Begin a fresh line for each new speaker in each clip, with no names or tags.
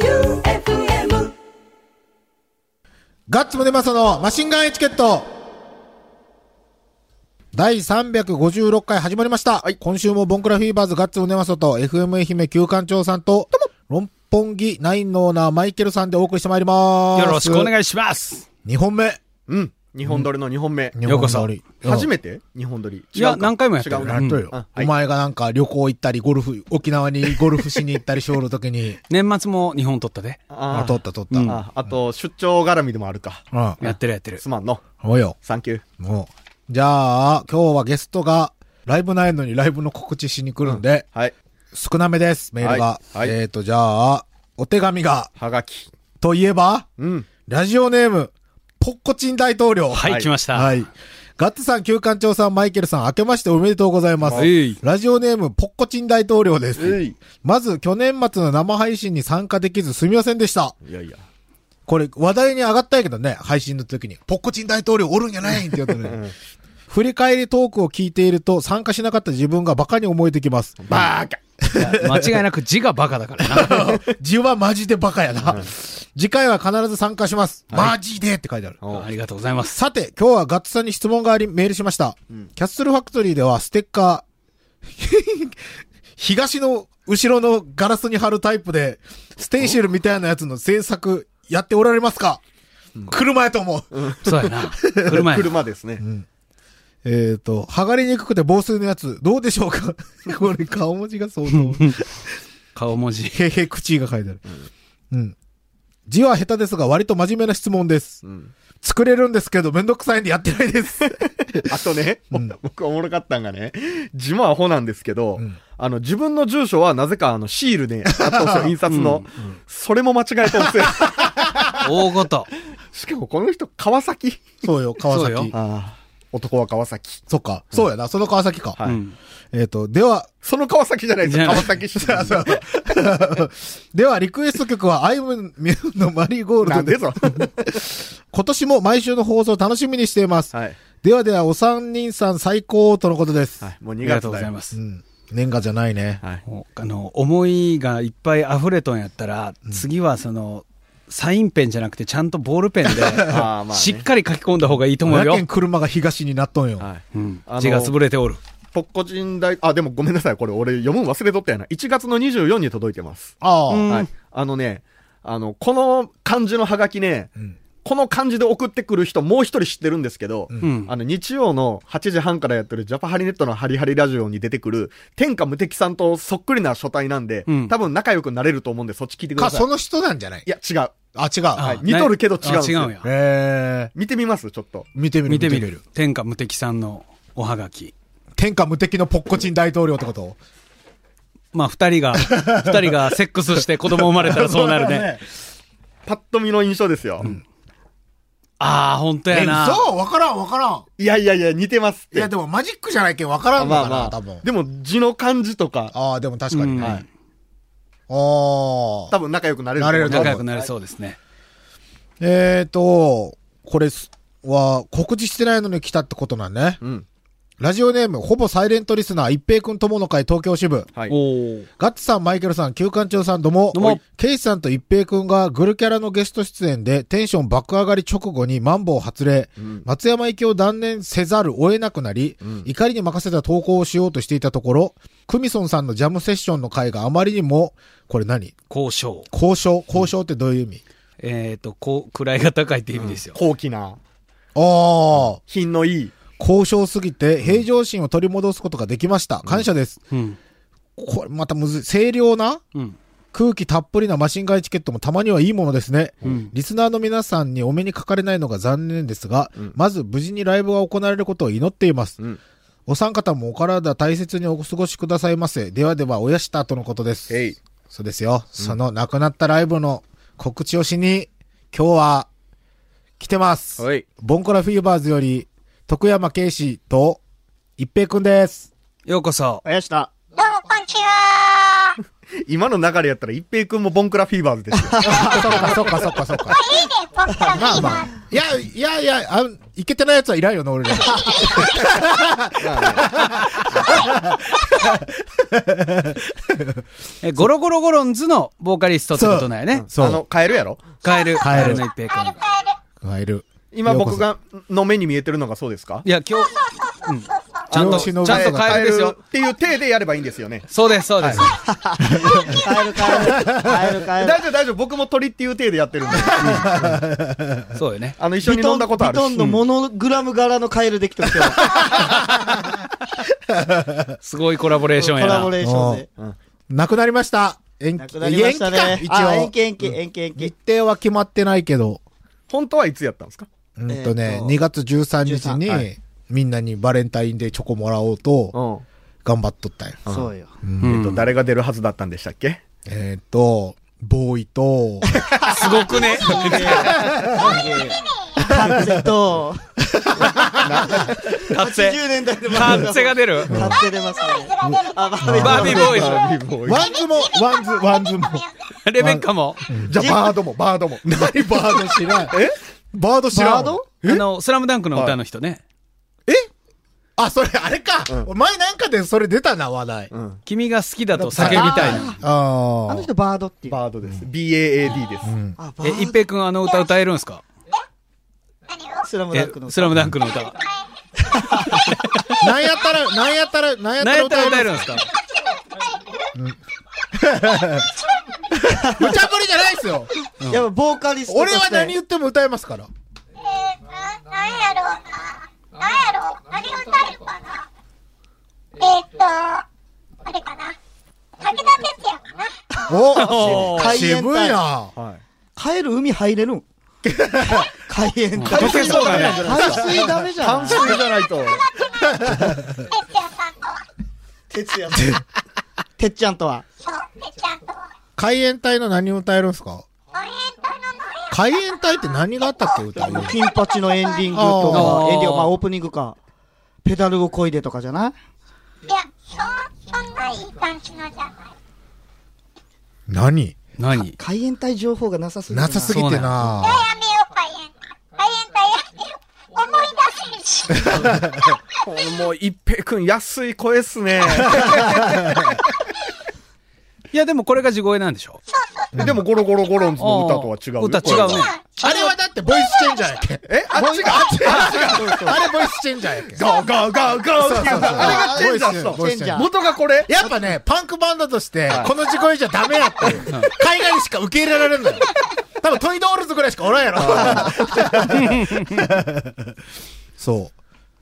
J-O-E-U-F-M
ガッツムネマソのマシンガンエチケット第356回始まりました。今週もボンクラフィーバーズガッツムネマソと FM 愛媛旧館長さんと、六本木ナインのオーナーマイケルさんでお送りしてまいります。
よろしくお
い
願いします。
2本目。
うん。日本撮りの2本目。
ようこそ
初
め
めて日本撮り。
いや
違うか
何回もやってる
違う
や
な。
っとるよ、
うんあ
お前がなんか旅行行ったり、ゴルフ、沖縄にゴルフしに行ったりしおるとき に、
年末も日本撮ったで。
あ、
あ
撮った撮った。う。
うんん
ああと、出張絡みでもあるか。
やってるやってる
す。まんの。
おうよ。
サンキュー。
もう。じゃあ、今日はゲストが、ライブないのにライブの告知しに来るんで、
はい。
少なめです、メールが。
はいはい
えーと、じゃあ、お手紙が、
はがき。
といえば、
うん。
ラジオネーム、ポッコチン大統領。
はい、
はい
来ました。
はい。ガッツさん、旧館長さん、マイケルさん、明けましておめでとうございます。
はい
ラジオネーム、ポッコチン大統領です。
うい。
まず、去年末の生配信に参加できずすみませんでした。
いやいや。
これ、話題に上がったんやけどね、配信の時に。ポッコチン大統領おるんやないんって言うと
う
ね
ん。
振り返りトークを聞いていると、参加しなかった自分がバカに思えてきます。
バーカ。
間違いなく字がバカだからな。
字はマジでバカやな。次回は必ず参加します。マジでって書いてある。
おう
ありがとうございます。
さて、今日はガッツさんに質問があり、メールしました。キャッスルファクトリーではステッカー、 東の後ろのガラスに貼るタイプで、ステンシルみたいなやつの制作やっておられますか、車やと思う。
そうやな。車やな。
車ですね。
えっ、と、剥がれにくくて防水のやつ、どうでしょうか これ顔文字が相当。
顔文字。
へへ、口が書いてある。うん。字は下手ですが、割と真面目な質問です。
うん。
作れるんですけど、めんどくさいんでやってない です。
あとね、僕おもろかったんがね、字もアホなんですけど
ん、
あの、自分の住所はなぜかあの、シー ルで、あったんですよ、印刷の。それも間違えたんですよ。
大ごと。
しかもこの人、川崎。
そうよ、川
そう
崎。
よ
あ
ああ。男は川崎。
そっか。そうやな、その川崎か。
はい
うん
えっ、と、では、
その川崎じゃないです
じ
よ、
ゃない
川崎市。
では、リクエスト曲は、アイムミューのマリーゴール
な
ド
んで
で
ぞ。
今年も毎週の放送楽しみにしています。
はい。
ではでは、お三人さん最高とのことです。
はい。もう
あ
2
り
月だよ
がとうございま
う
す。
ん。年賀じゃないね。
はい。
もうあの、思いがいっぱい溢れとんやったら、次はその、サインペンじゃなくてちゃんとボールペン
あーまあ
で、
ね
しっかり書き込んだ方がいいと思う
や
よ
けん。車が東になっとんよ。
はい。
うん
あの
字が潰れておる。
ポッコチン大、あ、でもごめんなさい。これ俺読むん忘れとったやな。1月の24に届いてます。
ああ、
うん
はい。あのね、あの、この漢字のハガキね、
ん
この漢字で送ってくる人もう一人知ってるんですけど、
ん
あの、日曜の8時半からやってるジャパハリネットのハリハリラジオに出てくる、天下無敵さんとそっくりな書体なんで、
うん
多分仲良くなれると思うんで、そっち聞いてくだ
か、
さい
そ。の人なんじゃない
いや、違う。
あ、違う。
あー
似とるけど違うん
あ
ですよ
違うんや。
ええ
見てみますちょっと。
見てみる。
見てみる。。天下無敵さんのおはがき。
天下無敵のポッコチン大統領ってこと
まあ、二人が、二人がセックスして子供生まれたらそうなるね。。
パッと見の印象ですよ。
ああ、本当
え、
やな。
嘘わからんわからん。
いやいやいや、似てます
い
って。
や、でもマジックじゃないけんわからんの
ま
か
あ
な、
ま
多分
あ。。でも字の漢字とか、
ああ、でも確か
う
に。
ん
あ
はい
あ。
多分仲良くなれる。
なれると思う
仲良くなれそうですね。
えーと、これすは告知してないのに来たってことなんね。
うん。
ラジオネーム、ほぼサイレントリスナー、一平くん友の会東京支部。
はい。
おお。
ガッツさん、マイケルさん、旧館長さんどうも。
どうも
おいケイシさんと一平くんがグルキャラのゲスト出演でテンション爆上がり直後にマンボウ発令。
ん
松山行きを断念せざるを得なくなり、怒りに任せた投稿をしようとしていたところ、クミソンさんのジャムセッションの会があまりにも、これ何
交渉。
交渉交渉ってどういう意味、
えっ、と、こう、位が高いって意味ですよ。
高貴な、
ああ、
品のいい。
交渉すぎて平常心を取り戻すことができました。感謝です。
うん。
これまたむずい。清涼な
うん。
空気たっぷりなマシンガイチケットもたまにはいいものですね。
うん
リスナーの皆さんにお目にかかれないのが残念ですが、まず無事にライブが行われることを祈っています。
うん
お三方もお体大切にお過ごしくださいませ。ではでは、おやしたとのことです。
えい。
そうですよ。その亡くなったライブの告知をしに、今日は、来てます。
はい。
ボンコラフィーバーズより、徳山圭司と、一平くんです。
ようこそ。
あやした。
どうも、こんにちは。
今の流れやったら一平君もボンクラフィーバーズですよ。
あそっかそっかそっかそっか。まあまあ。いや、いやいや、あいけてないやつはいらんよな、俺ら。
えゴロゴロゴロンズのボーカリストってことなんやね。
そう
あの、変えるやろ
カエル、カエルの一平君が。
カエル。
今僕がの目に見えてるのがそうですか
いや、今日、うん。ちゃん
よ
と、
う
ちゃ
し
ん
のぶ
と
さんが
カエルですよ
変。っていう体でやればいいんですよね。
そうです、そうです。
変える変える変え
大
る
丈夫大丈夫、僕も鳥っていう体でやってるんで。
そうよね。
あの、一緒に飲んだことある
ビトンビトンの
し。
モノグラム柄のカエルできてきてる。
すごいコラボレーション
コ
や
ラボ
な。
レーションで。
なくなりました。延期。
なくなりました
延。
ね
期
あ、
か
延
一
期
応。
延期延期延期
日。程は決まってないけど、
本当はいつやったんですか
うんとね
え、ーと
2月13日に、
13は
みんなにバレンタインデーチョコもらおうと、
ん。
頑張っとったよ。
そうよ。
うん
と誰が出るはずだったんでしたっけ
えっ、と、ボーイ と、
すごくね。
完成と、
カッツェ。
80年代で
カッツェが出る。
完成出ますね。あ、バー ベ
バービーボーイズ。
ビーボーイ
ワンズも、ワンズ、ワンズも。
レベッカも。
じゃあ、バードも、バードも。
何バード知らん。 えバード知らん。
バード
あの、スラムダンクの歌の人ね。
あ、それ、あれか、お前なんかでそれ出たな、話題。あ
君が好きだと叫びたいな。
あ
あの
ー。
人バードっていう。
バードです。BAAD です。
あ、バ
え、
ー
一平君あの歌歌えるんすか
ド。スラムダ
え
ンクの、。
スラムダンクの歌。
なんやったら、なんやったら、なんやったら
何やったら
歌
歌
え
え
る
るんすか
無茶ぶりじゃないっすよ。
やっぱボーカリストと
俺
して。
は何言っても歌えますから。
なんやろうな。なんやろう。何歌えるかな。えー、っと、あれかな。武田鉄矢かな。
お
海援隊
渋いな。
はい。
カエル海入れる ん海援隊。
溶けそうだね
淡水ダメじゃん。
淡水じゃないと。
鉄矢さんとは。
哲也さん。てっちゃんとは。
そう、鉄矢とは。
海援隊の何を歌えるんすか
あれ、どののや
海援隊って何があったっけ歌う
金八のエンディングと
あ
か
ー、
エンディング、まあオープニングか。ペダルをこいでとかじゃない
いや、そ、そんないい感じのじゃない。
何
何
海援隊情報がなさすぎる
なさすぎて
そうな
な
やめよう、海援隊。海援隊やめよう。思い出せるし。
もう、一平くん、安い声っすね。
いや、でもこれが地声なんでしょ
でも、ゴロゴロゴロンズの歌とは違う。
歌違うね。。
あれはだってボイスチェンジャーやけ。
えあっちがあっちが
あれボイスチェンジャーやけ。
ゴーゴーゴーゴーっていうあれがチェンジャーした
ボイスチェンジャー
元がこれ
やっぱね、パンクバンドとして、この自己じゃダメやって いう。海外にしか受け入れられんのよ。多分トイドールズぐらいしかおらんや ろ。そう。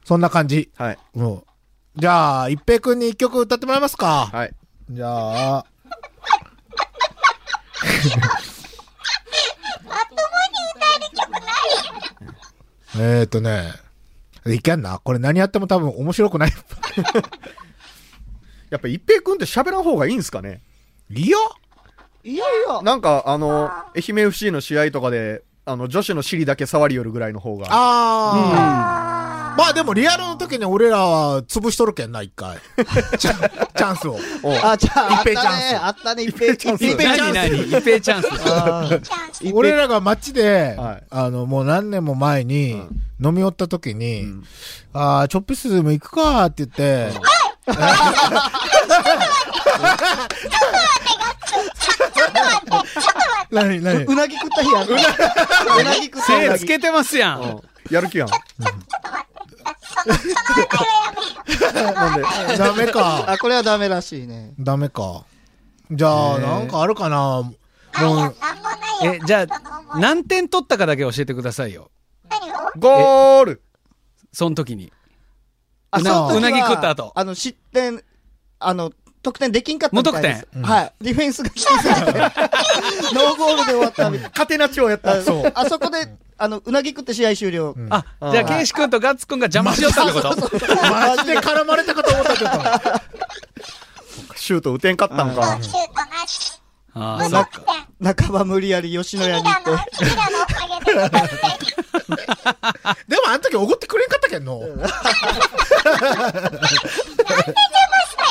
そんな感じ。
はい。
もう。じゃあ、一平くんに一曲歌ってもらえますか。
はい。
じゃあ、
まともに歌える曲ない。
えーとね、いけんな。これ何やっても多分面白くない。
やっぱ一平くんって喋らん方がいいんすかね
いや
いやいや。
なんか、あの、愛媛 FC の試合とかで、あの、女子の尻だけ触り寄るぐらいの方が。
あー。まあでもリアルの時に俺らは潰しとるけんな、一 回。チャチャンスを。
あ、じゃあ、あ
一
っ
平チ
た
ャン
ね。
ス
あったね、一平チャンス。
一平チャン
何
ス
何一平チャンス。
あー
チャンス。
俺らが街で、
はい
あの、もう何年も前に、飲み寄った時に、ああ、チョッピスでも行くかーって言って、何、何
うなぎ食った日やる。うなぎ食った日や
手
る
つ。けてますやん。
やる気やん。
その、その話題はやめよう。
ダメか。
あ、これはダメらしいね。
ダメか。じゃあ、なんかあるかなもう、
なんもないよ。
え、じゃあ、何点取ったかだけ教えてくださいよ。
何を
ゴール
その時に。
あ、
うな
その時は
うなぎ食った後
あの、失点、あの、得点できんかったみたいです
無得。
はい。ディフェンスがきつすぎて。 ノーゴールで終わったみたい。
カテナチをやった。
そう。あそこで、あの、うなぎ食って試合終了。
あ、じゃあ、ケイシ君とガッツ君が邪魔しよったって こと
マジで絡まれたかと思ったけど。
シュート打てんかったんか。
シュートなし。
あ
無
あ、そっ
得
か。
点。
半ば無理やり吉野
君
家
ら
に行
の、
って。
君らのおかげで無得点。
でもあの時おごってくれんかったけんの。
した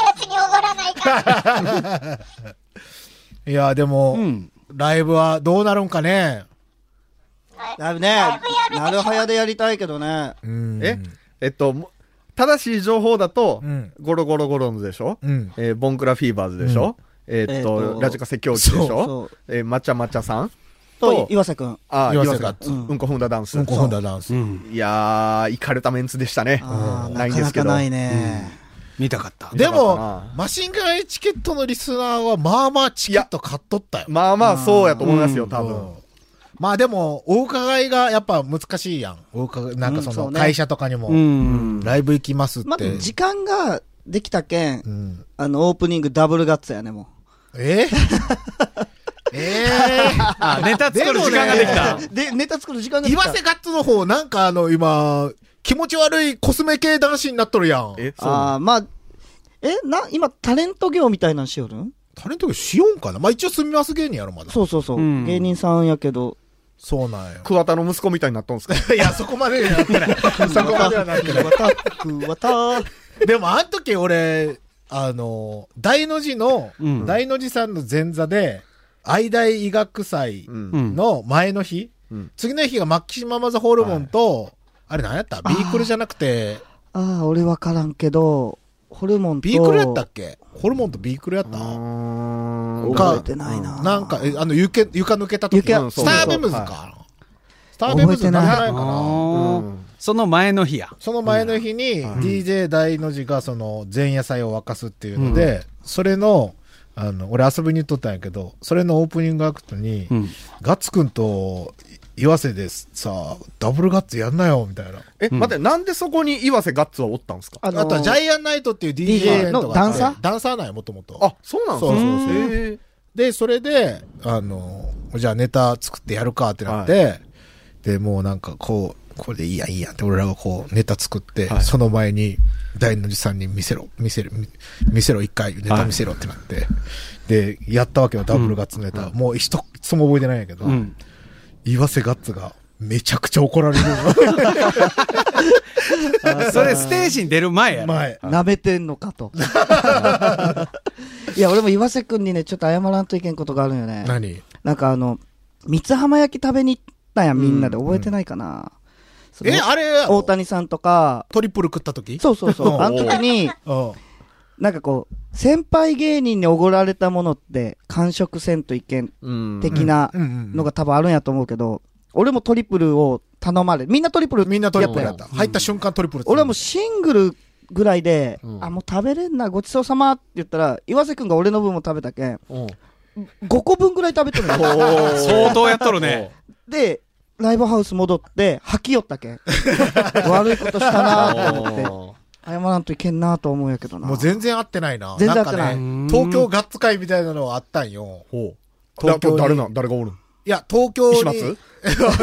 やつにおごらないから。
いや、でも、
うん。
ライブはどうなるんかね。
だいぶね、なるはやでやりたいけどね。
うん
ええっと、も正しい情報だと、
うん
ゴロゴロゴロンズでしょ、
うん
えーボンクラフィーバーズでしょ、えーっと、
えーっと
ラジカセ狂気でし
そうそ
ょえー、まちゃまちゃさん
と、岩瀬くん。
あー、
岩
岩
瀬
瀬が、
うん
うんこ踏んだダンス。
うんこ踏んだダンス。
うん。
いやー、いかれたメンツでしたね。
ああ、
な
ない
ん
か
で
な
すけ
か
ど。
ないね。
見たかった。
で
よかった
も
な、
マシンガンエチケットのリスナーは、まあまあチケット買っとったよ。
まあまあ、そうやと思いますよ、
うん
多
う
分
ん。まあでも、お伺いがやっぱ難しいやん。お伺い、なんかそ
うんそ
の、
うね
会社とかにも、
うん。
ライブ行きますって。
まあ、時間ができたけん
う、ん、
あの、オープニングダブルガッツやね、も
ええ
あ、ネタ作る時間ができた。
う。 で、ネタ作る時間
ー、
ができ
岩
た。
瀬ガッツの方、なんかあの、今、気持ち悪いコスメ系男子になっとるやん。
え、そうなの
ああ、まあ、え、な、今、タレント業みたいなんしよるん
タレント業しようんかなまあ一応住みます芸人やろ、まだ。
そうそうそうう。
ん
芸人さんやけど。
そうなんよ。
桑田の息子みたいになっとんすか
いや、そこまでやってない。そこまではなってない。
わたく、わた、
でも、あの時俺、あの、大の字の、
うん
大の字さんの前座で、愛大医学祭
うん
う。ん。
の前の日、
うん
次の日がマキシママザホルモンと、あれ何やったビークルじゃなくて、
ああ、俺わからんけど、ホルモンと。
ビークルやったっけホルモンとビークルやっ
う
た
ーん
か
覚えてないな。
なんか、えあの、床、床抜けた時
床
スターベムズか。スター
う
ベムズ
覚えて
な
なんい
じゃないかな。
あ
う
ー
ん
その前の日や。
その前の日に、DJ 大の字がその前夜祭を沸かすっていうので、それの、あの、俺遊びに行っとったんやけど、それのオープニングアクトに、
うん。
ガッツくんと岩瀬ですさ、ダブルガッツやんなよ、みたいな。
え、待って、なんでそこに岩瀬ガッツはおったんすか
あのー
あとはジャイアンナイトっていう DJ とか
のダンサー
ダンサーなんや、もともと。
あ、そうなんすか
そうそうそう
へー
で、それで、あの、じゃあネタ作ってやるかってなって、で、もうなんかこう、これでいいやいいやって俺らがこうネタ作って、
はい
その前に大の字さんに見せろ、見せる、見見せろ一回、ネタ見せろってなって、で、やったわけよ、ダブルガッツのネタ。もう一つも覚えてないんやけど、
うん。
岩瀬ガッツがめちゃくちゃ怒 られる
それステージに出る前やろ。
前。
舐めてんのか と。いや、俺も岩瀬くんにね、ちょっと謝らんといけんことがあるんよね。
何
なんかあの、三つ浜焼き食べに行ったやん、みんなで。覚えてないかな。その
え、あれやろ
大谷さんとか、
トリプル食った時
そうそうそうう。
ん
あの時に、
うん。
なんかこう、先輩芸人におごられたものって、完食せんといけん
うん。
的な
うんうんうん
のが多分あるんやと思うけど、俺もトリプルを頼まれ、みんなトリプル
みんなトリプルや
や
っ。
ったた。
入った瞬間トリプルって
俺はもうシングルぐらいで、
うん
あ、もう食べれんな、ごちそうさまって言ったら、岩瀬くんが俺の分も食べたけん、
うん
5個分ぐらい食べてる のよ。
相当やっとるね。
で、ライブハウス戻って、吐きよった けん。悪いことしたなと思って、
おー
謝らんといけんなと思うんやけどな。
もう全然会ってないな。
全然会ってない
んかね、東京ガッツ会みたいなのはあったんよ。
ほう。
東
東
京に
京誰な誰がおる
い
ん
や、東京に。
石松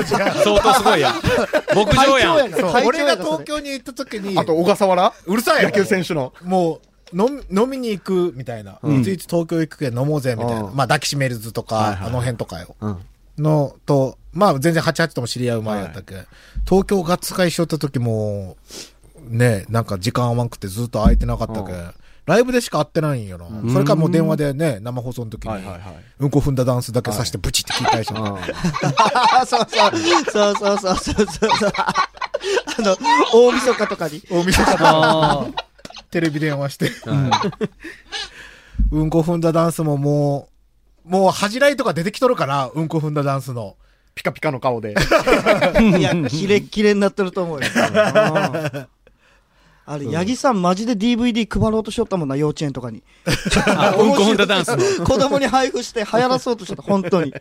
相当すごいやん。牧場やん。
会長や
そう
会長や
俺が東京に行った時に、
あと、小笠原
うるさいよ
野球選手の。
もう、飲み飲みに行くみたいな。いついつ東京行くけど飲もうぜみたいな。
うん
まあ、抱きしめるずとか、
はいはい
あの辺とかよ。
うん。
の、と、まあ、全然88とも知り合う前やったけ、東京ガッツ会しよった時も、ね、なんか時間合わんくてずっと空いてなかったけ、ライブでしか会ってないんよな。それからもう電話でね、生放送の時に、
はいはいはい
うんこ踏んだダンスだけさしてブチって聞いたりした。
あそうそう。そうそうそうそうそうそう。あの、 大晦日とかに。
大晦日
あー
テレビ電話して。うんこ踏んだダンスももう、もう恥じらいとか出てきとるから、うんこ踏んだダンスの。
ピカピカの顔で。
いや、キレッキレになってると思うよ。うんあれ、八木さんマジで DVD 配ろうとしよったもんな、幼稚園とかに。
あうんこ踏んだダンスの。
子供に配布して流行らそうとしよった、本当に。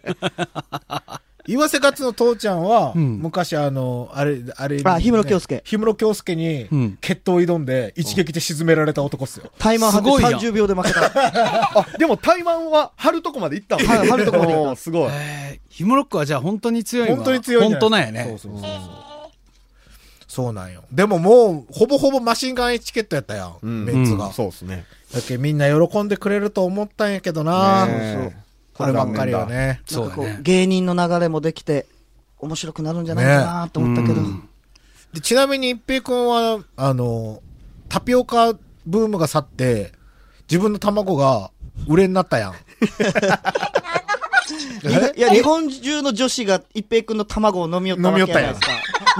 岩瀬勝の父ちゃんは、
うん
昔あの、あれ、あれ、
あ氷室京介
氷室京介
う
に
ん、
決闘を挑んで、一撃で沈められた男っすよ。
タイマー
すごいやん
張って30秒で負けた。
あ、でも台湾は張るとこまで行ったの
はい張るとこまで行った
おーすごい。
えーヒムロックはじゃあ本当に強いわ
本当に強いんじゃ
本当なんや
そう
ね。
そうそうそう。そうなんよ。でももう、ほぼほぼマシンガンエチケットやったやん、
うん
メンツが。
そうですね。
だけどみんな喜んでくれると思ったんやけどな、
ねえ
こればっかりはね。
な
そ
ん
う
か
だ
こ
ね
う、。芸人の流れもできて、面白くなるんじゃないかなと思ったけど。
うん
でちなみに一平君は、あの、タピオカブームが去って、自分の卵が売れになった やん。
いや、日本中の女子が一平君の卵を飲み寄ったわけじゃないですか。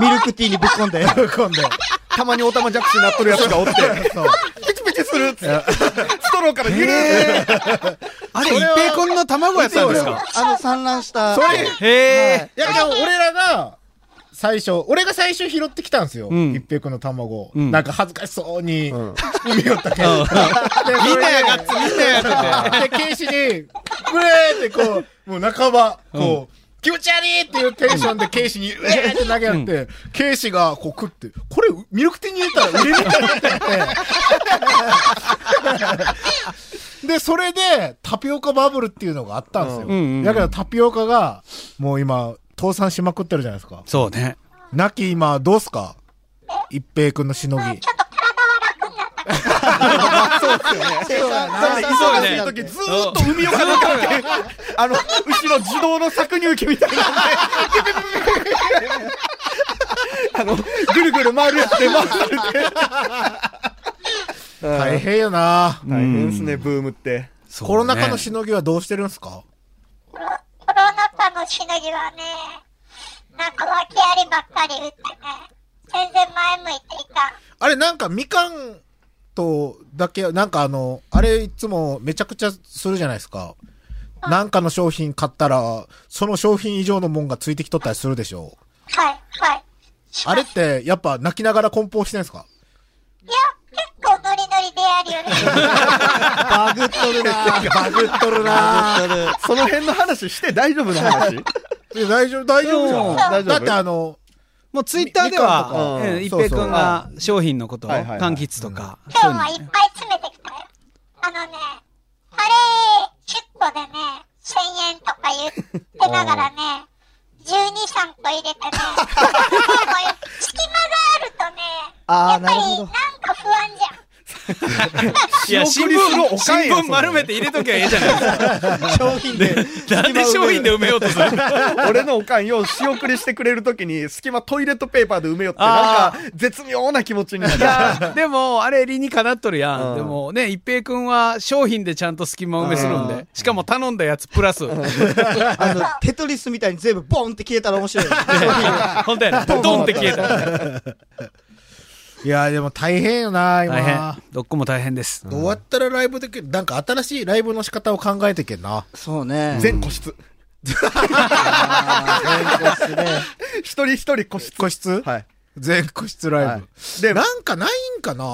ミルクティーにぶっ込んで。
今 度。
たまにおたまじゃくしになっとるやつがおって、
そう。
ピチピチするっつってストローからゆるーって
あれ、一平君の卵やったんですか
あの産卵した。
それ、
へえ。
いや、でも俺らが、最初、俺が最初拾ってきたんですよ。
うん
一平君の卵を。
うん
なんか恥ずかしそうに、 見よ ったけど。
みんなやがっつ、みんなやがっ
で、警視に、うえーってこう、もう半ば、こう、気持ち悪いっていうテンションで警視に、うえーって投げ合って、警視がこう食って、これ、ミルクティーに入れたら売れるかなって言って。で、それで、タピオカバブルっていうのがあったんですよ。
んうんうん
だけどタピオカが、もう今、倒産しまくってるじゃないですか。
そうね。
なき今、どうすか一平君のしのぎ。
ちょっと体は楽になった。
だって忙しい時ずーっと海を風かけ、あの、後ろ自動の搾乳機みたいなんで、 あの、ぐるぐる回るやつで回されて。
大変よな
大変ですね、ブームって。
そうね
コロナ禍のしのぎはどうしてるんですか
コロナ禍のしのぎはね、なんか訳ありばっかり打ってね、全然前向いていた。
あれなんかみかんとだけ、なんかあの、あれいつもめちゃくちゃするじゃないですか。なんかの商品買ったら、その商品以上のもんがついてきとったりするでしょう。
はい、はい。
あれって、やっぱ泣きながら梱包してんすか
いや、結構ノリノリでやるよね。
バグっとるな
バグっとる
バ
な
グっとる。
その辺の話して大丈夫な 話
いや大丈夫、大丈夫じ
うん
ゃ
大
ん。
丈
だ
夫
ってあの、
もうツイッターでは、
みかんとか
うん一平君が商品のことを、
はいはいはい
柑橘とか、
今
そういうの
日はいっぱい詰めてきたよ。あのね、カレー10個でね、1000円とか言ってながらね、12、3 個入れてね、でも隙間があるとね、
あ
や
ー
っぱ
な
り
るほ
な
ど
んか不安じゃん。
いや、新聞
仕送りするお、かん
新
や
聞丸めて入れときゃええじゃないです
商品で。
か。なんで商品で埋めようとする
俺のおかんよう仕送りしてくれるときに隙間トイレットペーパーで埋めよってなん
あ
か絶妙な気持ちになる
いや、でも、あれ、理にかなっとるやん。
うん
でもね、一平君は商品でちゃんと隙間埋めするん
う
で。しかも頼んだやつプラス。
あの、テトリスみたいに全部ボンって消えたら面白い。
本当やね。 ドンって消えた。
いや、でも大変よな、今。
大変。どっこも大変です。
どうやったらライブできるなんか新しいライブの仕方を考えてけんな。
そう ね。
全個室
あー全部ですね。
一人一人個室
個室
はい
全個室ライブ。
はいで
なんかないんかな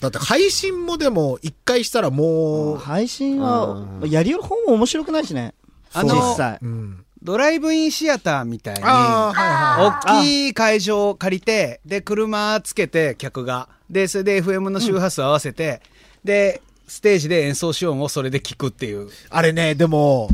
だって配信もでも一回したら
もう
もう、
配信は、やりよる方も面白くないしね。
あの
実際
う。ん。
ドライブインシアターみたいに、
ああ、はいはい。
大きい会場を借りて、で、車つけて、客が。で、それで FM の周波数合わせて、で、ステージで演奏しようもそれで聞くっていう。
あれね、でも、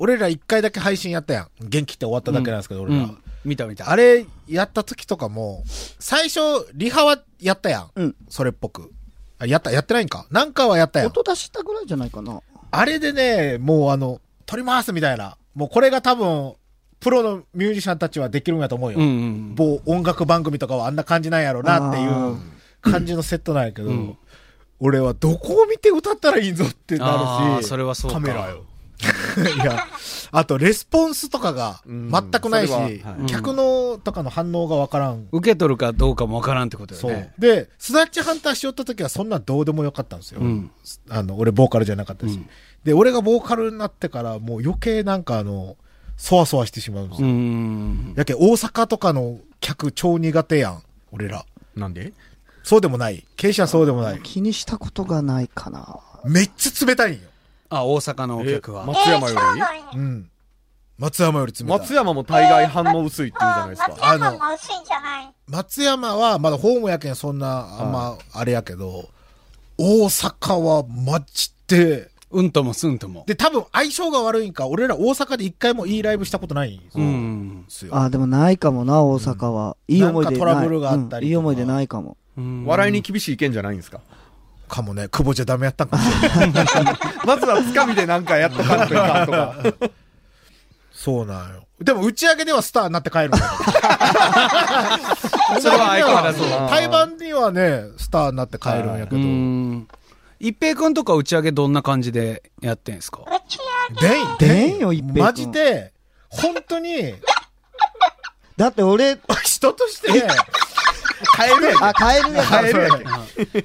俺ら一回だけ配信やったやん。元気って終わっただけなんですけど、
う
俺ら
ん。。見た見た。
あれ、やった時とかも、最初、リハはやったやん。
うん
それっぽく。あやった、やってないんかなんかはやったやん。
音出したぐらいじゃないかな。
あれでね、もうあの、撮りますみたいな。もうこれが多分、プロのミュージシャンたちはできるんやと思うよ。
うんうん
某音楽番組とかはあんな感じなんやろうなっていう感じのセットなんやけど、
ん
俺はどこを見て歌ったらいいぞってな
あ
る
ー
し、
それはそう
カ
か
メラよ。 いや、あとレスポンスとかが全くないし、
うんそれは
はい
客のとかの反応がわからん。
受け取るかどうかもわからんってことよ
そう。
ね。
で、スナッチハンターしよった時はそんなんどうでもよかったんですよ。
うん
あの、俺ボーカルじゃなかったし。
うん
で、俺がボーカルになってからもう余計なんかあの、そわそわしてしまうんです
う
よ。
ん。
やけ大阪とかの客超苦手やん。俺ら。
なんで
そうでもない。経営者はそうでもない。
気にしたことがないかな。
めっちゃ冷たいんよ。
あ、大阪のお客は。
松山よ
そう
り
なんや。
うん。松山より冷たい。
松山も大概反応薄いって言うじゃないです
松
か
山も薄いんじゃない
松山はまだホームやけんそんな、あんま、あれやけど、大阪はマジで、
うんともすんとも。
で、多分相性が悪いんか、俺ら大阪で一回もいいライブしたことないんです
う
よ。
ん。
あー、でもないかもな、大阪は。いい思い出ない。
なんかトラブルがあったりとか
うんいい思い出ないかも。
うん
笑いに厳しい意見じゃないんですか
かもね、久保じゃダメやったんかも しれない。
まずはつかみでなんかやっとかんといかんとか
そうなんよ。でも打ち上げではスターになって帰るんだけど
それは相変わらず
台湾にはね、スターになって帰るんやけど。
うん一平君とか打ち上げどんな感じでやってんすか
打ち上げ
でん、
でんよ一平君
マジで、本当 に、
だって俺、
人として、
変えるやん
あ、カエルや
変えるやんけ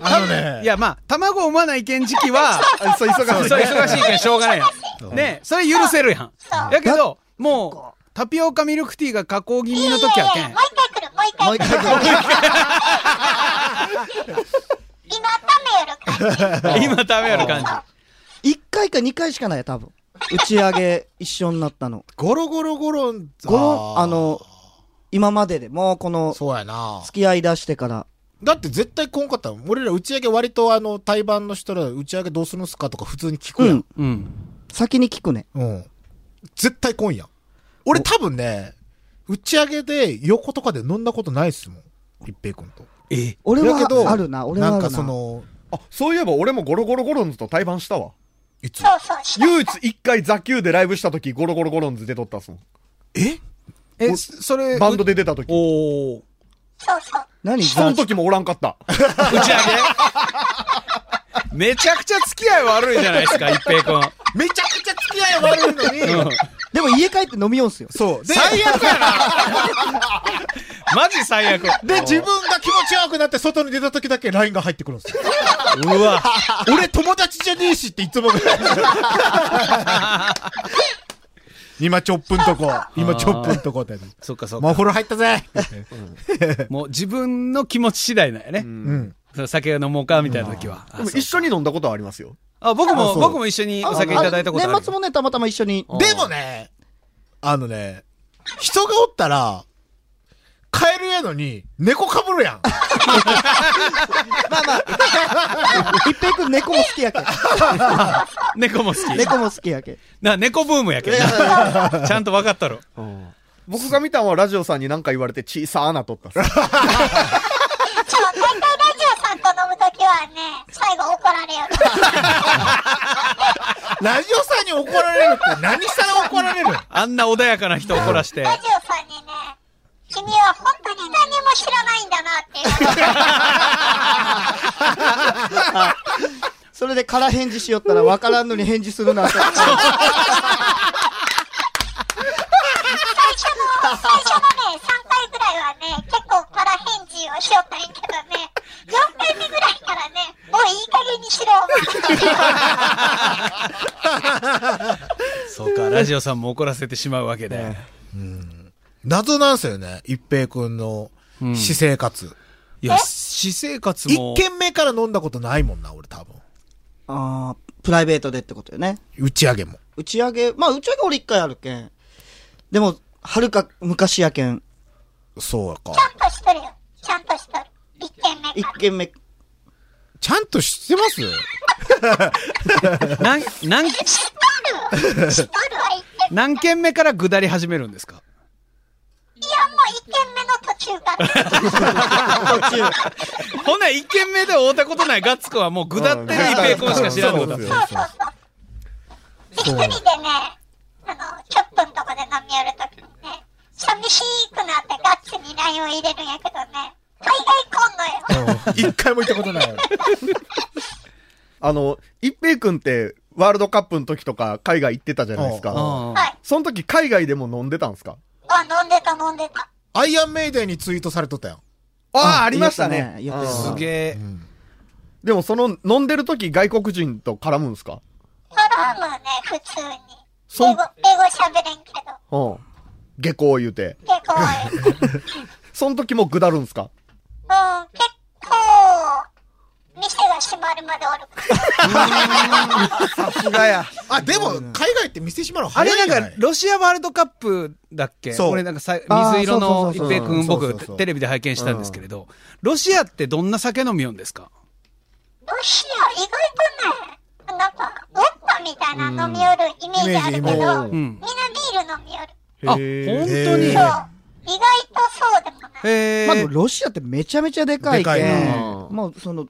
あのね、
いや、まあ、卵を産まないけん時期は、
あそう忙しい
そう、忙しいけんしょうがないやん。ねそれ許せるやん。やけど、もう、タピオカミルクティーが加工気味の時や
い
け
やいや
ん
もう。一回来る、もう
もう
一回
一
来る。
回来る
今食 べよる感じ。
今食べやる感じ。
一回か二回しかないよ、多分。打ち上げ一緒になった の。
ゴロゴロゴロン、
この、あ、の、今まででもうこの、
そうやな。
付き合い出してから。
だって絶対こんかったもん。俺ら打ち上げ割とあの、対バンの人ら打ち上げどうするんすかとか普通に聞く
う
や
ん
ん。。
うん。
先に聞くね。
うん。絶対こんやん。俺多分ね、打ち上げで横とかで飲んだことないっすもん。一平君と。
え
俺
だけど
はあるな、俺はあるな。
なんかその、
あそういえば俺もゴロゴロゴロンズと対バンしたわ
いつ
そうそう、した
唯一一回ザ・キューでライブした時ゴロゴロゴロンズで撮ったっすもん
え
え、そ れ、
バンドで出た時
おー。
そうそう。
何
その時もおらんかった
打ち上げ めちゃくちゃ付き合い悪いじゃないですか、一平君。
めちゃくちゃ付き合い悪いのに、
でも家帰って飲みようんすよ。
そう。で、
最悪やなマジ最悪。
で、自分が気持ち悪くなって外に出た時だけ LINE が入ってくるんですよ。
うわ。
俺友達じゃねえしっていつも。今ちょっぷんとこ、今ちょっぷんとこって。
そっかそっ
もうお
か。
風呂入ったぜ
もう自分の気持ち次第だよね。
うん。
その酒が飲もうか、みたいな時は。
でも一緒に飲んだことはありますよ
あ、僕
あ
も、
そう
僕も一緒にお酒いただいたことある。
年末もね、たまたま一緒に。
でもね、あのね、人がおったら、カエルやのに、猫かぶるやん。
まあまあ、一平君猫も好きやけ。
猫も好き。
猫も好きやけ。
な、猫ブームやけどな。ちゃんと分かったろ。
僕が見たのはラジオさんに何か言われて小さな撮ったっ す
そう、大体ラジオさんと飲むときはね、最後怒られよる。
ラジオさんに怒られるって何したら怒られる
あんな穏やかな人怒らして。
ラジオさんにね、君は本当に何も知らないんだなっていう。
それで空返事しよったら分からんのに返事するなと。
最初の、最初のね、3回ぐらいはね、結構空返事をしよったんやけどね、4回目ぐらいからね、もういい加減にしろ。
そうか、ラジオさんも怒らせてしまうわけで。
謎なんすよね、一平くんの私生活。
いや、私生活
一
も。
軒目から飲んだことないもんな、俺多分。
あープライベートでってことよね。
打ち上げも。
打ち上げ、まあ打ち上げ俺一回あるけん。でも、はるか昔やけん、
そうか。
ちゃんとしとるよ。ちゃんとしとる。一軒目
一
から。
軒目、
ちゃんと知ってます
何、何、
しとるしとるは一軒目。
何件目から下り始めるんですか
いや、もう一軒目の途中から。
途中。
ほな、一件目で会うたことないガッツくんはもう下ってる一平君しか知らんの
そう
だ
で。すよ
そうそうそう。一人でね、あの、ちょっとんとこで飲み寄るときにね、寂しくなってガッツに LINE を入れるんやけどね、大概来んのよ。
一回も行ったことない。
あの一平君ってワールドカップの時とか海外行ってたじゃないですか
うん
はい。
その時海外でも飲んでたんですか
あ、飲んでた飲んでた。
アイアンメイデーにツイートされとったやん。
ああ、
あ
ありましたね。
言ったね言った
う
す
ん
げえ。
でもその飲んでる時外国人と絡むんですか
ハラムね、普通に。
そん
英語、英語喋れんけど、
うん。下校言うて。
結構多い、うん、結
その時も下るんですか
構、店が閉まるまでおるか
さ
ら。
すがや。
あ、でも、海外って店閉まるの
あ
早い
れ
んじゃ
な
なんい
か、ロシアワールドカップだっけ
そう
俺なんかさ
あー
水色の
そう
一
そうそうそう
平君、
うんそうそうそ
僕、
う
テレビで拝見したんですけれど、ロシアってどんな酒飲みよんですか
ロシア、意外とね、なんか、ウォッパみたいな飲み寄るイメージあるけど、みんな
う
ビ
ん
ん
ール飲み寄る。
あ、本当に
へ
そう。意外とそうでもない。
へ
まあでも
ー
ロシアってめちゃめちゃでかいけん
でかいな
もうその、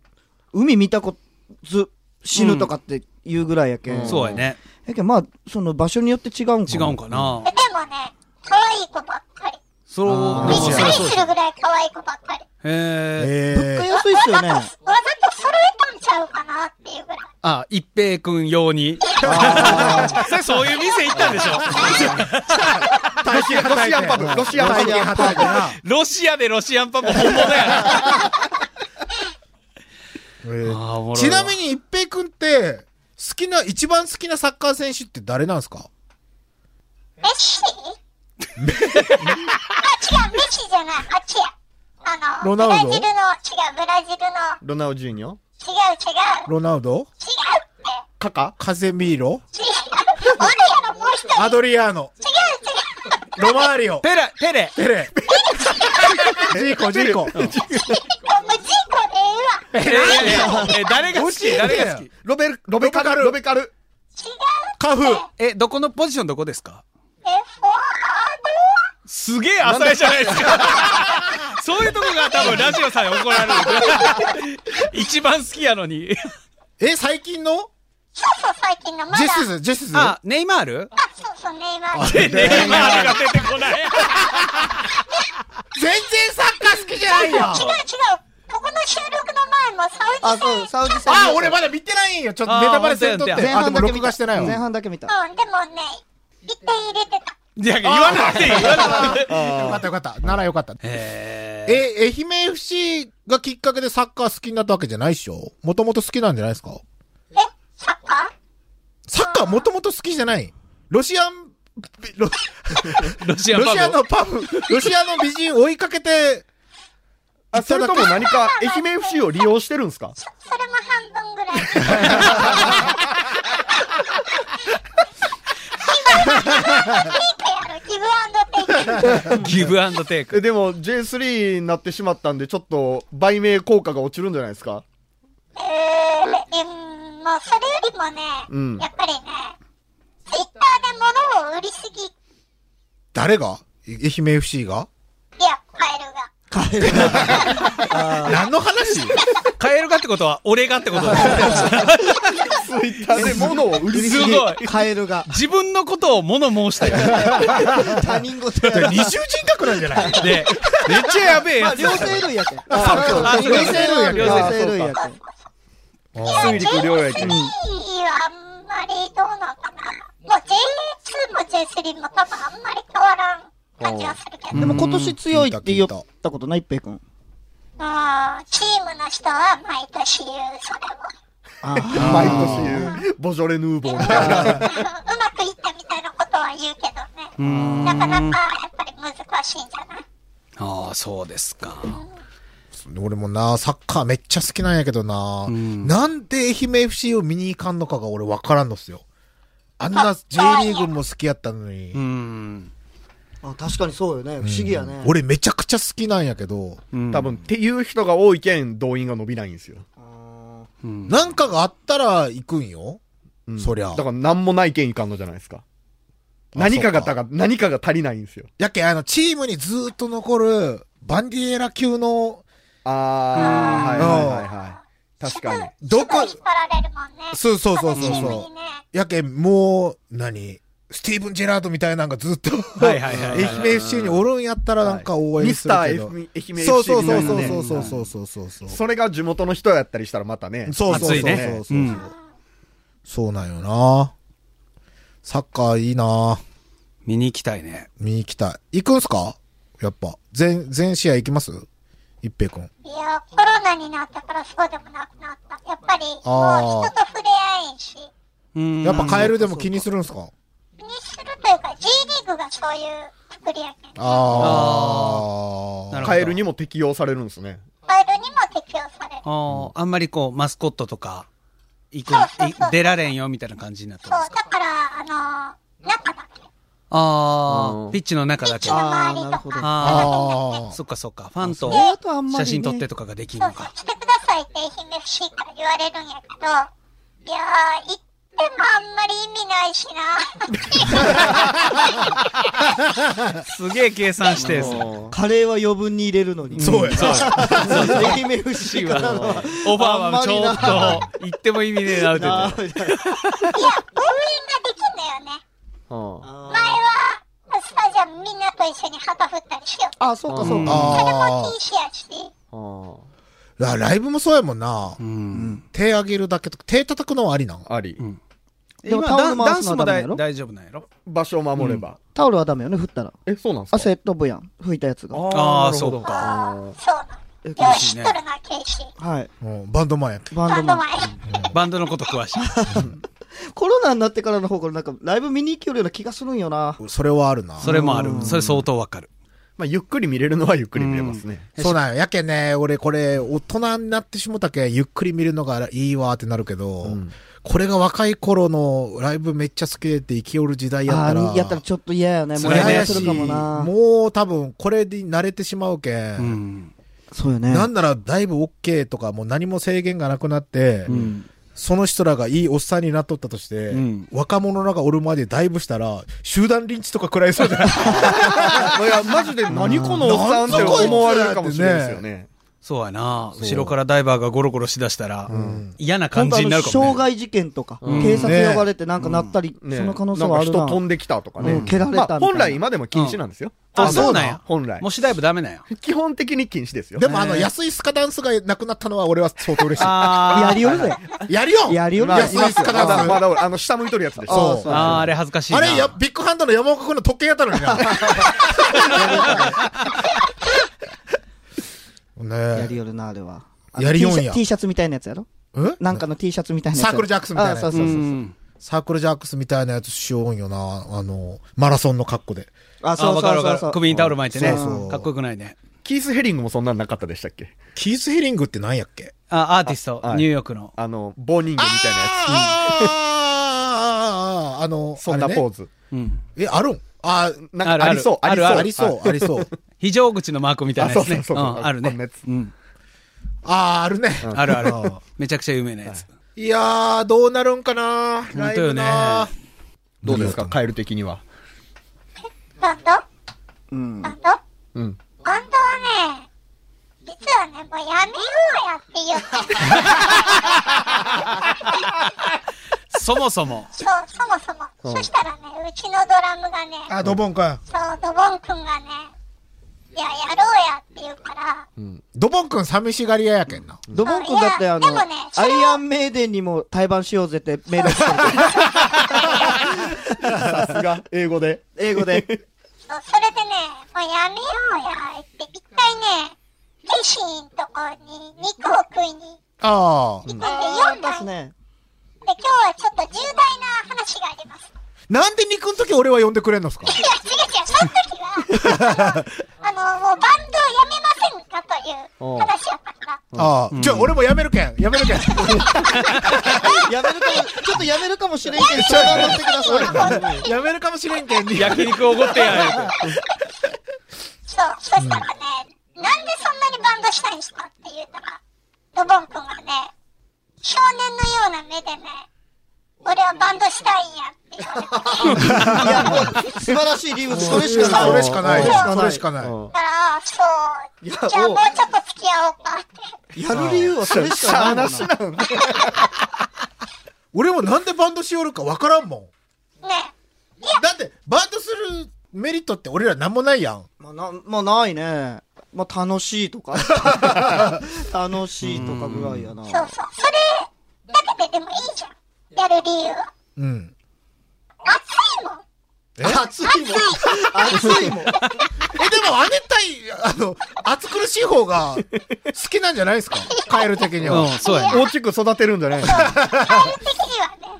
海見たこと、ず死ぬとかって言うぐらいやけん。
うん
そうやね。
やけんまあ、その場所によって違うんか
違
な。
うんかな
え。でもね、可愛い子ばっかり。
そう、
あ
で
びっ
も
く
そ
り
りゃそうです
るぐらい可愛い子ばっかり。
えー、
物
え
価
え
安いっすよね。
わざと揃えたんちゃうかなっていうぐらい。
あ、一平君用に。 それそういう店行ったんでしょ
ロシアンパブ、ロシアンパブ。
働いてな。
ロシアでロシア ンパンも本物や
えー
な。おもろいわ
ちなみに一平君って、好きな、一番好きなサッカー選手って誰なんですか
メッシあ、違う、メッシじゃない。あっちや。あ
ロ
の、
ナウド
ブラジルの、違う、ブラジルの、
ロナウジーニョ
違う、違う、
ロナウド
違うって。
カカ
カゼミーロ
違う。おるやろ、もう一人。
アドリアーノ
違う、違う。
ロマーリオ
ペレ、ペレ。
ペレジーコジーコ
もう人口でええわ。
え、ええ誰が好き誰が好き
ロベル、ロベカル、ロベカル。
違う。
カフ
え、どこのポジションどこですか
え、フォワー
すげえ浅いじゃないですか。そういうとこが多分ラジオさんに怒られる。一番好きやのに。
え最近の
ドそうそう、最近の、まだ。
ジェスズジェスズ
あ、ネイマール
あ、そうそう、ネイマール。
ネイマールが出てこない。
全然サッカー好きじゃないよ
違う、違う。ここの収録の前もサウジ
あ、
戦。
そう、サウジ戦。
あ俺まだ見てないんよちょっとネタバレせんとって
あー本当
あで
前半
も
だけ
録
見
画
た。
してないわ
前半だけ見た。
うん、でもね、一点入れてた。
いや、言わなくていい。言わなくて
よ
いい。
かったよかったならよかった
えー
え愛媛 FC がきっかけでサッカー好きになったわけじゃないっしょもともと好きなんじゃないですか
え、サッカ
サッカーもともと好きじゃないロシアンロ
ロシアン
ロ
パ
シア
ブ。
のパブロシアの美人追いかけて
あ、それとも何か愛媛 FC を利用してるんですか
ーそそれも半分ぐらい。今ギブアンドテイクやろ、ギブアンドテイク。
ギブアンドテイク
え。でも J3 になってしまったんで、ちょっと売名効果が落ちるんじゃないですか
えー、うん、もうそれよりもね、
うん
やっぱりね、ツイッターで物を売りすぎ、い
誰がい愛媛 FC が
や、カエルが。
何の 話
カエルがってことは、俺がってことだ。
ツイッターで物を売り
すごい。
カエルが。
自分のことを物申したよ。
他人事 や。
二重人格なんじゃない
で、めっちゃやべえやつ。
両生類やけん。
あそうか
両生類やけん。
両
両
生
生
類
類
や
や
け
けん。
水陸両やけん。
J3 はあんまりどうなのかな。もう J2 も J3 も多分あんまり変わらん感じはするけど。
で
うん、
も今年強いって言ったことない一平君。
チームの人は毎年言う、それを。
毎年言う、ボジョレ・ヌーボーみたいな。
うんうまくいったみたいなことは言うけどね。なかなかやっぱり難しいんじゃない
ああ、そうですか。
俺もな、サッカーめっちゃ好きなんやけどな、なんで愛媛 FC を見に行かんのかが俺わからんのっすよ。あんな J リーグも好きやったのに、
うん。
あ確かにそうよね。不思議やね。
俺めちゃくちゃ好きなんやけど、
多分、っていう人が多いけん、動員が伸びないんですよ。
なんかがあったら行くんよ。そりゃ
だから、何もないけんいかんのじゃないですか。何かがたが、何かが足りないんですよ。
やけん、あの、チームにずーっと残る、バンディエラ級の、うん
あー、はいはいはいはい。確かに。
どこ
引っ張られるもんね。
そうそうそうそう
他のチーム
そ
にね。
う。やけん、もう、何スティーブン・ジェラードみたいなのがずっと、
はいはいはいはい
愛媛 FC におるんやったらなんか応援
ミ
す
ス
る
ター
け
F-
ど。
愛媛 FC みたいなね。
そうそうそうそうそうそうそうそうそう。
それが地元の人やったりしたらまたね。
そうそうそう
熱いね
そうそうそう、そうなんよな。サッカーいいな。
見に行きたいね。
見に行きたい。行くんすかやっぱ。全、全試合行きます一平くん。
いや、コロナになったからそうでもなくなった。やっぱり、もう人と触れ合えんし。
うん
やっぱカエルでも気にするんすか
にするというか、J リーグがそういう作りやけん。
あ
な
あ。
るほど
カエルにも適用されるんですね。
ファイルにも適用される。
ああ、あんまりこう、マスコットとか、行く
そうそうそう、
い出られんよみたいな感じになって
そ
ます
う、だから、あのー、中だけ。
あ
うん
あ、ピッチの中だけ。
の
あ
周
あ
り
ーなる
と
ほど
か。
あ
あ
ー、
あ。
そっかそっか。ファンと
それだとあんまり
写
ね
真撮ってとかができる
そう
の
そう
か、。
来てくださいって愛媛 FC から言われるんやけど、いやー、行ってもあんまり意味ないしな。
すげえ計算してるんすよ
あ
カレーは余分に入れるのに。
そうや。
愛媛 FC からのは。
オファーはちょっと、行っても意味ねえなって言って。
いや、応援ができんだよね。
あ
前は、スタジアムみんなと一緒に旗振ったりしよう。
あ、そうかそうか。
あ
それも
あ。
禁止やし。
あ
あライブもそうやもんな。
うん。
手上げるだけとか、手叩くのはありなん
あり。
でも
今
タオル
ダン
回すのは
ダンスも
ダメ
大
やろ
大丈夫なんやろ
場所を守れば。
タオルはダメよね、振ったら。
え、そうなんですか
汗飛ぶやん、拭いたやつが。
ああ
なるほど
そうか
そうな
え
の。よ
厳
う
しい
知
ね
っとるな、ケイシー。
はい。
うん、バンドマンやけ。
バ
バ
ン
ン
ド
ド
マン
マ。ン。
バンドのこと詳しい。
コロナになってからの方がなんかライブ見に行きよるような気がするんよな。
それはあるな。
それもある。それ相当わかる。
まあ、ゆっくり見れるのはゆっくり見れますね。
そうなんよやけんね、俺これ、大人になってしもたけん、ゆっくり見るのがいいわってなるけど、これが若い頃のライブめっちゃ好きでって生きおる時代やった
あ
ら、
あ、やったらちょっと嫌やね。も
そ
う
れね
羨
や
ま
や
し
す
い
るかもな。
もう多分、これで慣れてしまうけん、
うん。
そうよね。
なんならだいぶ OK とか、もう何も制限がなくなって、
うん。
その人らがいいおっさんになっとったとして、
うん
若者らがおるまでだいぶしたら、集団リンチとか食らいそうじゃない
いや、マジで何このおっさんって思われるかもしれないですよね。
そうやな。後ろからダイバーがゴロゴロしだしたら、嫌な感じになるかも
本当あの
ね。
傷害事件とか、
うん
警察呼ばれてなんかなったり、
ね
その可能性はある
なんか
な。
人飛んできたとかね。
うん蹴られたみ
ま
たいな
あ、本来今でも禁止なんですよ。
あ、そうなんや。
本来
も。しダイブダメなんや。
基本的に禁止ですよ。
でもあの、安いスカダンスがなくなったのは俺は相当嬉し
あ
やりよるぜ。
い。やるよ
やりよる
まあ、
ぜ
安。いスカ
ま
ダ
だ、
ンス。
まだ俺、あの、下向いとるやつで し
そう
ょ。
そう
あー、あれ恥ずかしいな。
あれや、ビッグハンドの山岡君の時計やったのにな。
やり
ね
よるな、あれは。あの
やりよんや
T シャ T シャツみたいなやつやろ
え。ん
なんかの T シャツみたいなやつや
サー
ろ。
クルジャックスみたいなやつ
あそう
う
そうそう。
ん。
サークルジャークスみたいなやつしようんよな。あの、マラソンの格好で。
あ、
あ、
そう
わか
そ
る
う
わ
そ
かる。
うそう。
首にタオル巻いてね
そうそ。う
かっこよくないね。
キース・ヘリングもそんなんなかったでしたっけ
キース・ヘリングって何やっけ
あ、アーティスト
あは、い
ニューヨークの。
あの、棒人形みたいなや
ああ、あの、
つ。そんな
あれね
ポーズ。
うん。
え、あるんあ
なんか
ある
ありそう、あ
あ
り
る
そう。
ありそう、あり そう。
非常口のマークみたいなやつね。
あそうそうそ
う
うそう
んある
こんな
ね
やつ。
うん。
ああ、あるね。
あるある。めちゃくちゃ有名なやつ。
いやー、どうなるんかなライブな
本
どうですか、カエル的には。
バンド
うん
バ。ンド
うん。
バンドはね、実はね、もうやめようやって言って、
そもそも。
そう、そもそも。そしたらね、うちのドラムがね、
あ、ドボン君。
そう、ドボンくんがね、いや、やろうやって言うから、
ドボン君寂しがり屋やけんな。
ドボン君だってあの、
いやでもねそ
ア
れは
イアンメイデンにも対バンしようぜってメールしてる。
さすが、英語で。
英 語で。
そうそれでね、もうやめようやって、一回ね、ケシーンとこに肉を食いに
ああ。
行くんで、4
ま
回
す
で、
ね。
今日はちょっと重大な話があります。
なんで肉の時俺は呼んでくれんのすか
いや、違う違う、その時 は、あの、あのもうバンドをやめませんかという話やったから、
ああ。じゃあ俺もやめるけん。やめる けん。
やめるかも、ちょっとやめるかもしれんけど、相談乗ってください。
やめるかもしれんけん。
焼肉おごってやる。
そう、そしたらね、なんでそんなにバンドしたいんですかって言うたら、ドボン君がね、少年のような目でね、俺はバンドしたいんやって言われて、
いや、もう、素晴らしい理由、それしかない。
それしかない。
それしかない
それしかない。
だから、ああそう、
い
じ
や
ゃあ
もう
もうちょっと付き合おうかって。
やる理由はそれしかないもんな。
俺もなんでバンドしよるかわからんもん。
ね、
だって、バンドするメリットって俺らなんもないやん。
まあ、なまあ、ないね。まあ、楽しい とか。楽しいとかぐらいやな。
そうそう、それだけででもいいじゃん、やる理由は。
うん。
熱いもん。
熱いもん。熱いもん。
え、でもあげたい、あの、暑苦しい方が好きなんじゃないですかカエル的に
うん、
は。
そうやね。
大きく育てるんじゃないの
カエル的にはね、
ね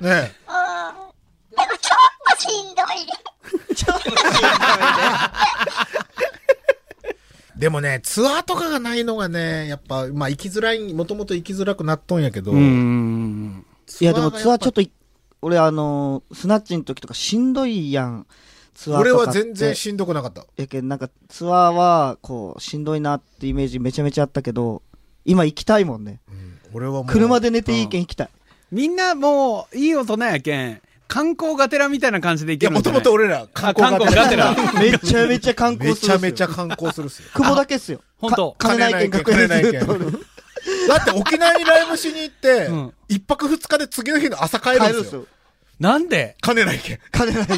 え
うん。でもちょっとしんどいね。
でもね、ツアーとかがないのがね、やっぱ、まあ、行きづらい、もともと行きづらくなっとんやけど。
うん。
いや、でもツアーちょ
と。
っとい、俺あのー、スナッチの時とかしんどいやん。ツアーとか
俺
って。
は全然しんどくなかった。
やけん、なんかツアーは、こう、しんどいなってイメージめちゃめちゃあったけど、今行きたいもんね。
俺はもう。
車で寝ていいけん行きたい。
みんなもう、いい大人やけん。観光がてらみたいな感じでい
い
け
や、
るん
も
じ
と
ゃな
も
い
と俺ら観
あ
光
観
が
光がてら。
めちゃめちゃ観光
め
す
ち
る
ゃ
っすよ。
めちゃ観光するっすよ。
久保だけっすよ。
本当
か金ないけん隠れてると
金。だって沖縄にライブしに行って
うん、
一泊二日で次の日の朝帰る
帰
ん
る
で
っ
す
す
よ
よ。。
なんで
金ないけん。
金ないと。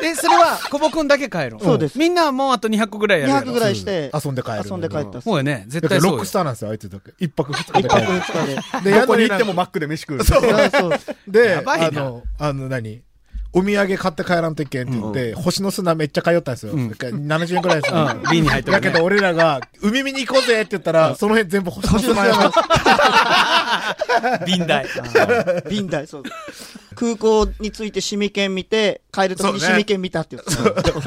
え、え、それは、久保くんだけ帰ろう。
そうです
みんなはもうあと200個ぐらいやるやろ。
200ぐらいして、
遊んで帰る
遊んで帰ったっす。
もうやね、絶
だか
対
ら
そう
ロッ
よ
クスターなんですよ、あいつだけ。一泊二日
一
で帰
泊
る。
二日で。
で、
どこ
宿
に
に
行
行
っ
ってて
も
も
マックで飯食う。
あそう
で、
ばいな
あの、あの何、お土産買って帰らんといけんって言って、星の砂めっちゃ通ったんですよ。
ん
70円くらいですよ。
うん瓶に入ってる
だ
ね
けど俺らが、海見に行こうぜって言ったら、その辺全部星の砂やな
瓶代。
瓶代、そう。空港に着いてシミ券見て、帰るときに
そう
シ
ね
ミ券見たっていう。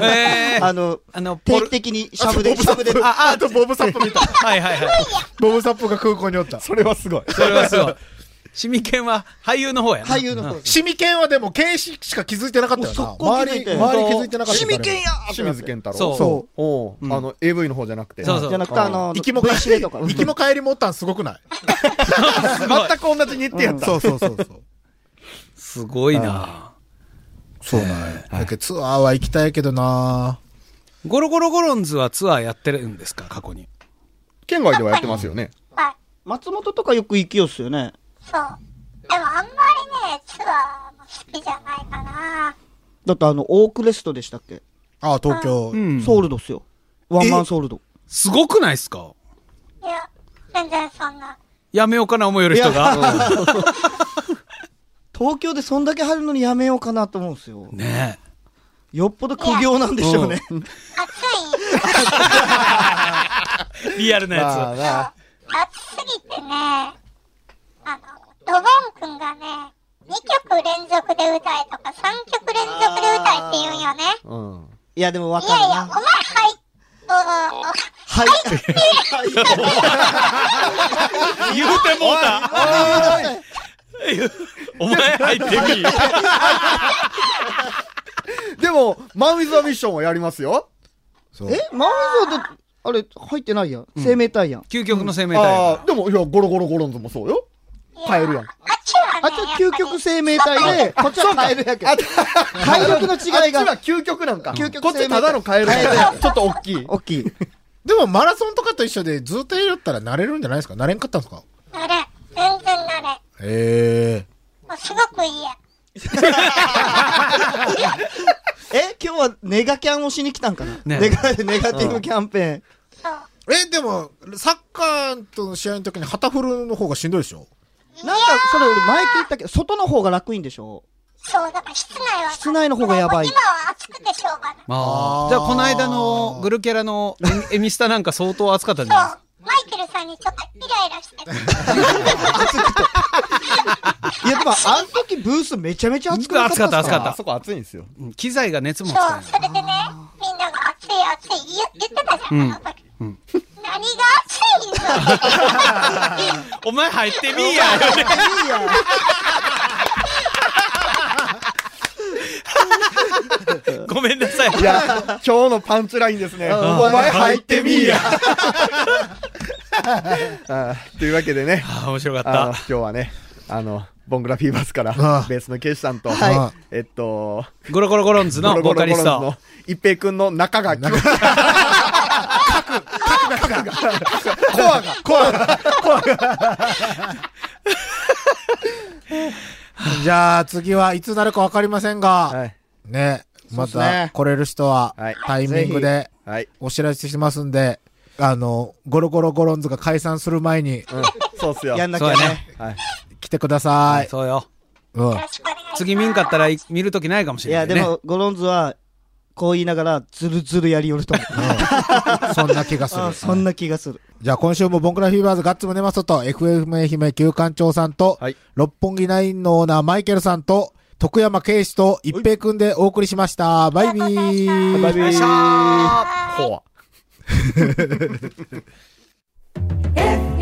えー
あの、
あの、ポ
定
ル
期、的にシャブで、シャブで、
あ、あとボブサップ見た。
はいはいはい。
ボブサップが空港におった。
それはすごい。
それはすごい。シミケンは俳優の方やな。
俳優の方。
シミケンはでも、ケンしか気づいてなかったよな。
もう速攻気づ
周
い
り、
て
周り気づいてなかった。
シミ券やーって
清
なって
水健太郎。
そう
そ
おうあの、AV の方じゃなくて。
そうそう
じゃなくて、あの、
行きも帰
V シネとか。
り、行きも帰りもおったんすごくない
全く同じ日程やった。
そうそうそうそう。
すごいな
そうなんや。だけどツアーは行きたいけどな
ゴロゴロゴロンズはツアーやってるんですか過去に。
県外ではやってますよね。
まあ、
松本とかよく行きよっすよね。
そう。でもあんまりね、ツアーも好きじゃないかな。
だってあの、オークレストでしたっけ
ああ、東京。
ソールドっすよ。ワンマンソールド。
すごくないっすか
いや、全然そんな。
やめようかな思いよる人が。
東京でそんだけ入るのにやめようかなと思うんですよ。
ねえ。
よっぽど苦行なんでしょうね。
暑
リアルな
ま
や
あな
いう暑すぎてね、あの、ドボンくんがね、2曲連続で歌えとか3曲連続で歌えって言うんよね。
うん。
いや、でもわ
い
かる
やいや、お
な。
前はい、おー
はい。
つ。言うてもうた。お前入ってみい。
でも、マン・ウィズ・ア・ミッションはやりますよ。
そう
えマウイゾーで、あれ、入ってないやん。生命体やん。
究極の生命体や
あ
か
あ、でも、いや、ゴロゴロゴロンズもそうよ。帰るやん。
あっちはね、
あっちは究極生命体で、こっちはカエルやけど。体力の違い
あっ
が
ちは究極なんか。
究極
こっちただのカエル
生命体
やけどちょっと大きい。
大きい。
でもマラソンとかと一緒でずっとやりよったら慣れるんじゃないですか慣れんかったんですか
なれん、全然なれん。
へえ。
もうすごくいいや。
え今日はネガキャンをしに来たんかな
ね
ネガネガティブキャンペーン。
そう。
え、でも、サッカーとの試合の時に旗振るの方がしんどいでしょ
なんか、それ俺前聞いたけど、外の方が楽いんでしょ
そう、だから室内はな。
室内の方がやばい
もう今は暑くてしょうがない。
ら。ああ。じゃあ、この間のグルキャラのエミエミスタなんか相当熱かったんじゃないです
そ
か
う。マイケルさんにちょっとイライラしてる。
いや、でもあの時ブースめちゃめちゃ暑くなかったす
暑かった暑かった
あそこ暑いんですよ。
うん機材が熱も
そ
つ
う、
か
それでね、みんなが暑い暑い言言ってたじゃん、あの時。何が暑いの
ない。お前入ってみいや。
いいや。
ごめんなさい。
いや、今日のパンチラインですね。お前入ってみいや。 あーというわけでね、
あー面白かっ
あの
た
今。日はね、あの、ボングラフィーバスから
ああ、
ベースのケイシさんと、
は
えっと、
ゴロゴロゴロンズのボーカリス
ゴロゴロゴロ
ト
ン。ズの一平くんの中が、コ アが、コアが、
じゃあ次はいつなるかわかりませんが、
はい
ね、ま
そうっす
た
ね
来れる人は
はい
タイミングで
はい。
お知らせしますんで、あの、ゴロゴロゴロンズが解散する前に
うん、そうっすよ。
や
は
ん
い。
なきゃ
そうや
ね
ね。
来てください。
そうよ。
うん。
よろしくお願いします。
次見んかったらい見るときないかもし
い
れな
や、
いね。
でも、ゴロンズは、こう言いながら、ずるずるやりよると 思
そんな気がす
う。
る。
そんな気がする。
じゃあ今週もボンクラフィーバーズガッツムネマソと FM 愛媛旧館長さんと、
はい
六本木ナインのオーナーマイケルさんと、徳山圭司と一平くんでお送りしました。バイビー。
バイビー。コア。
FM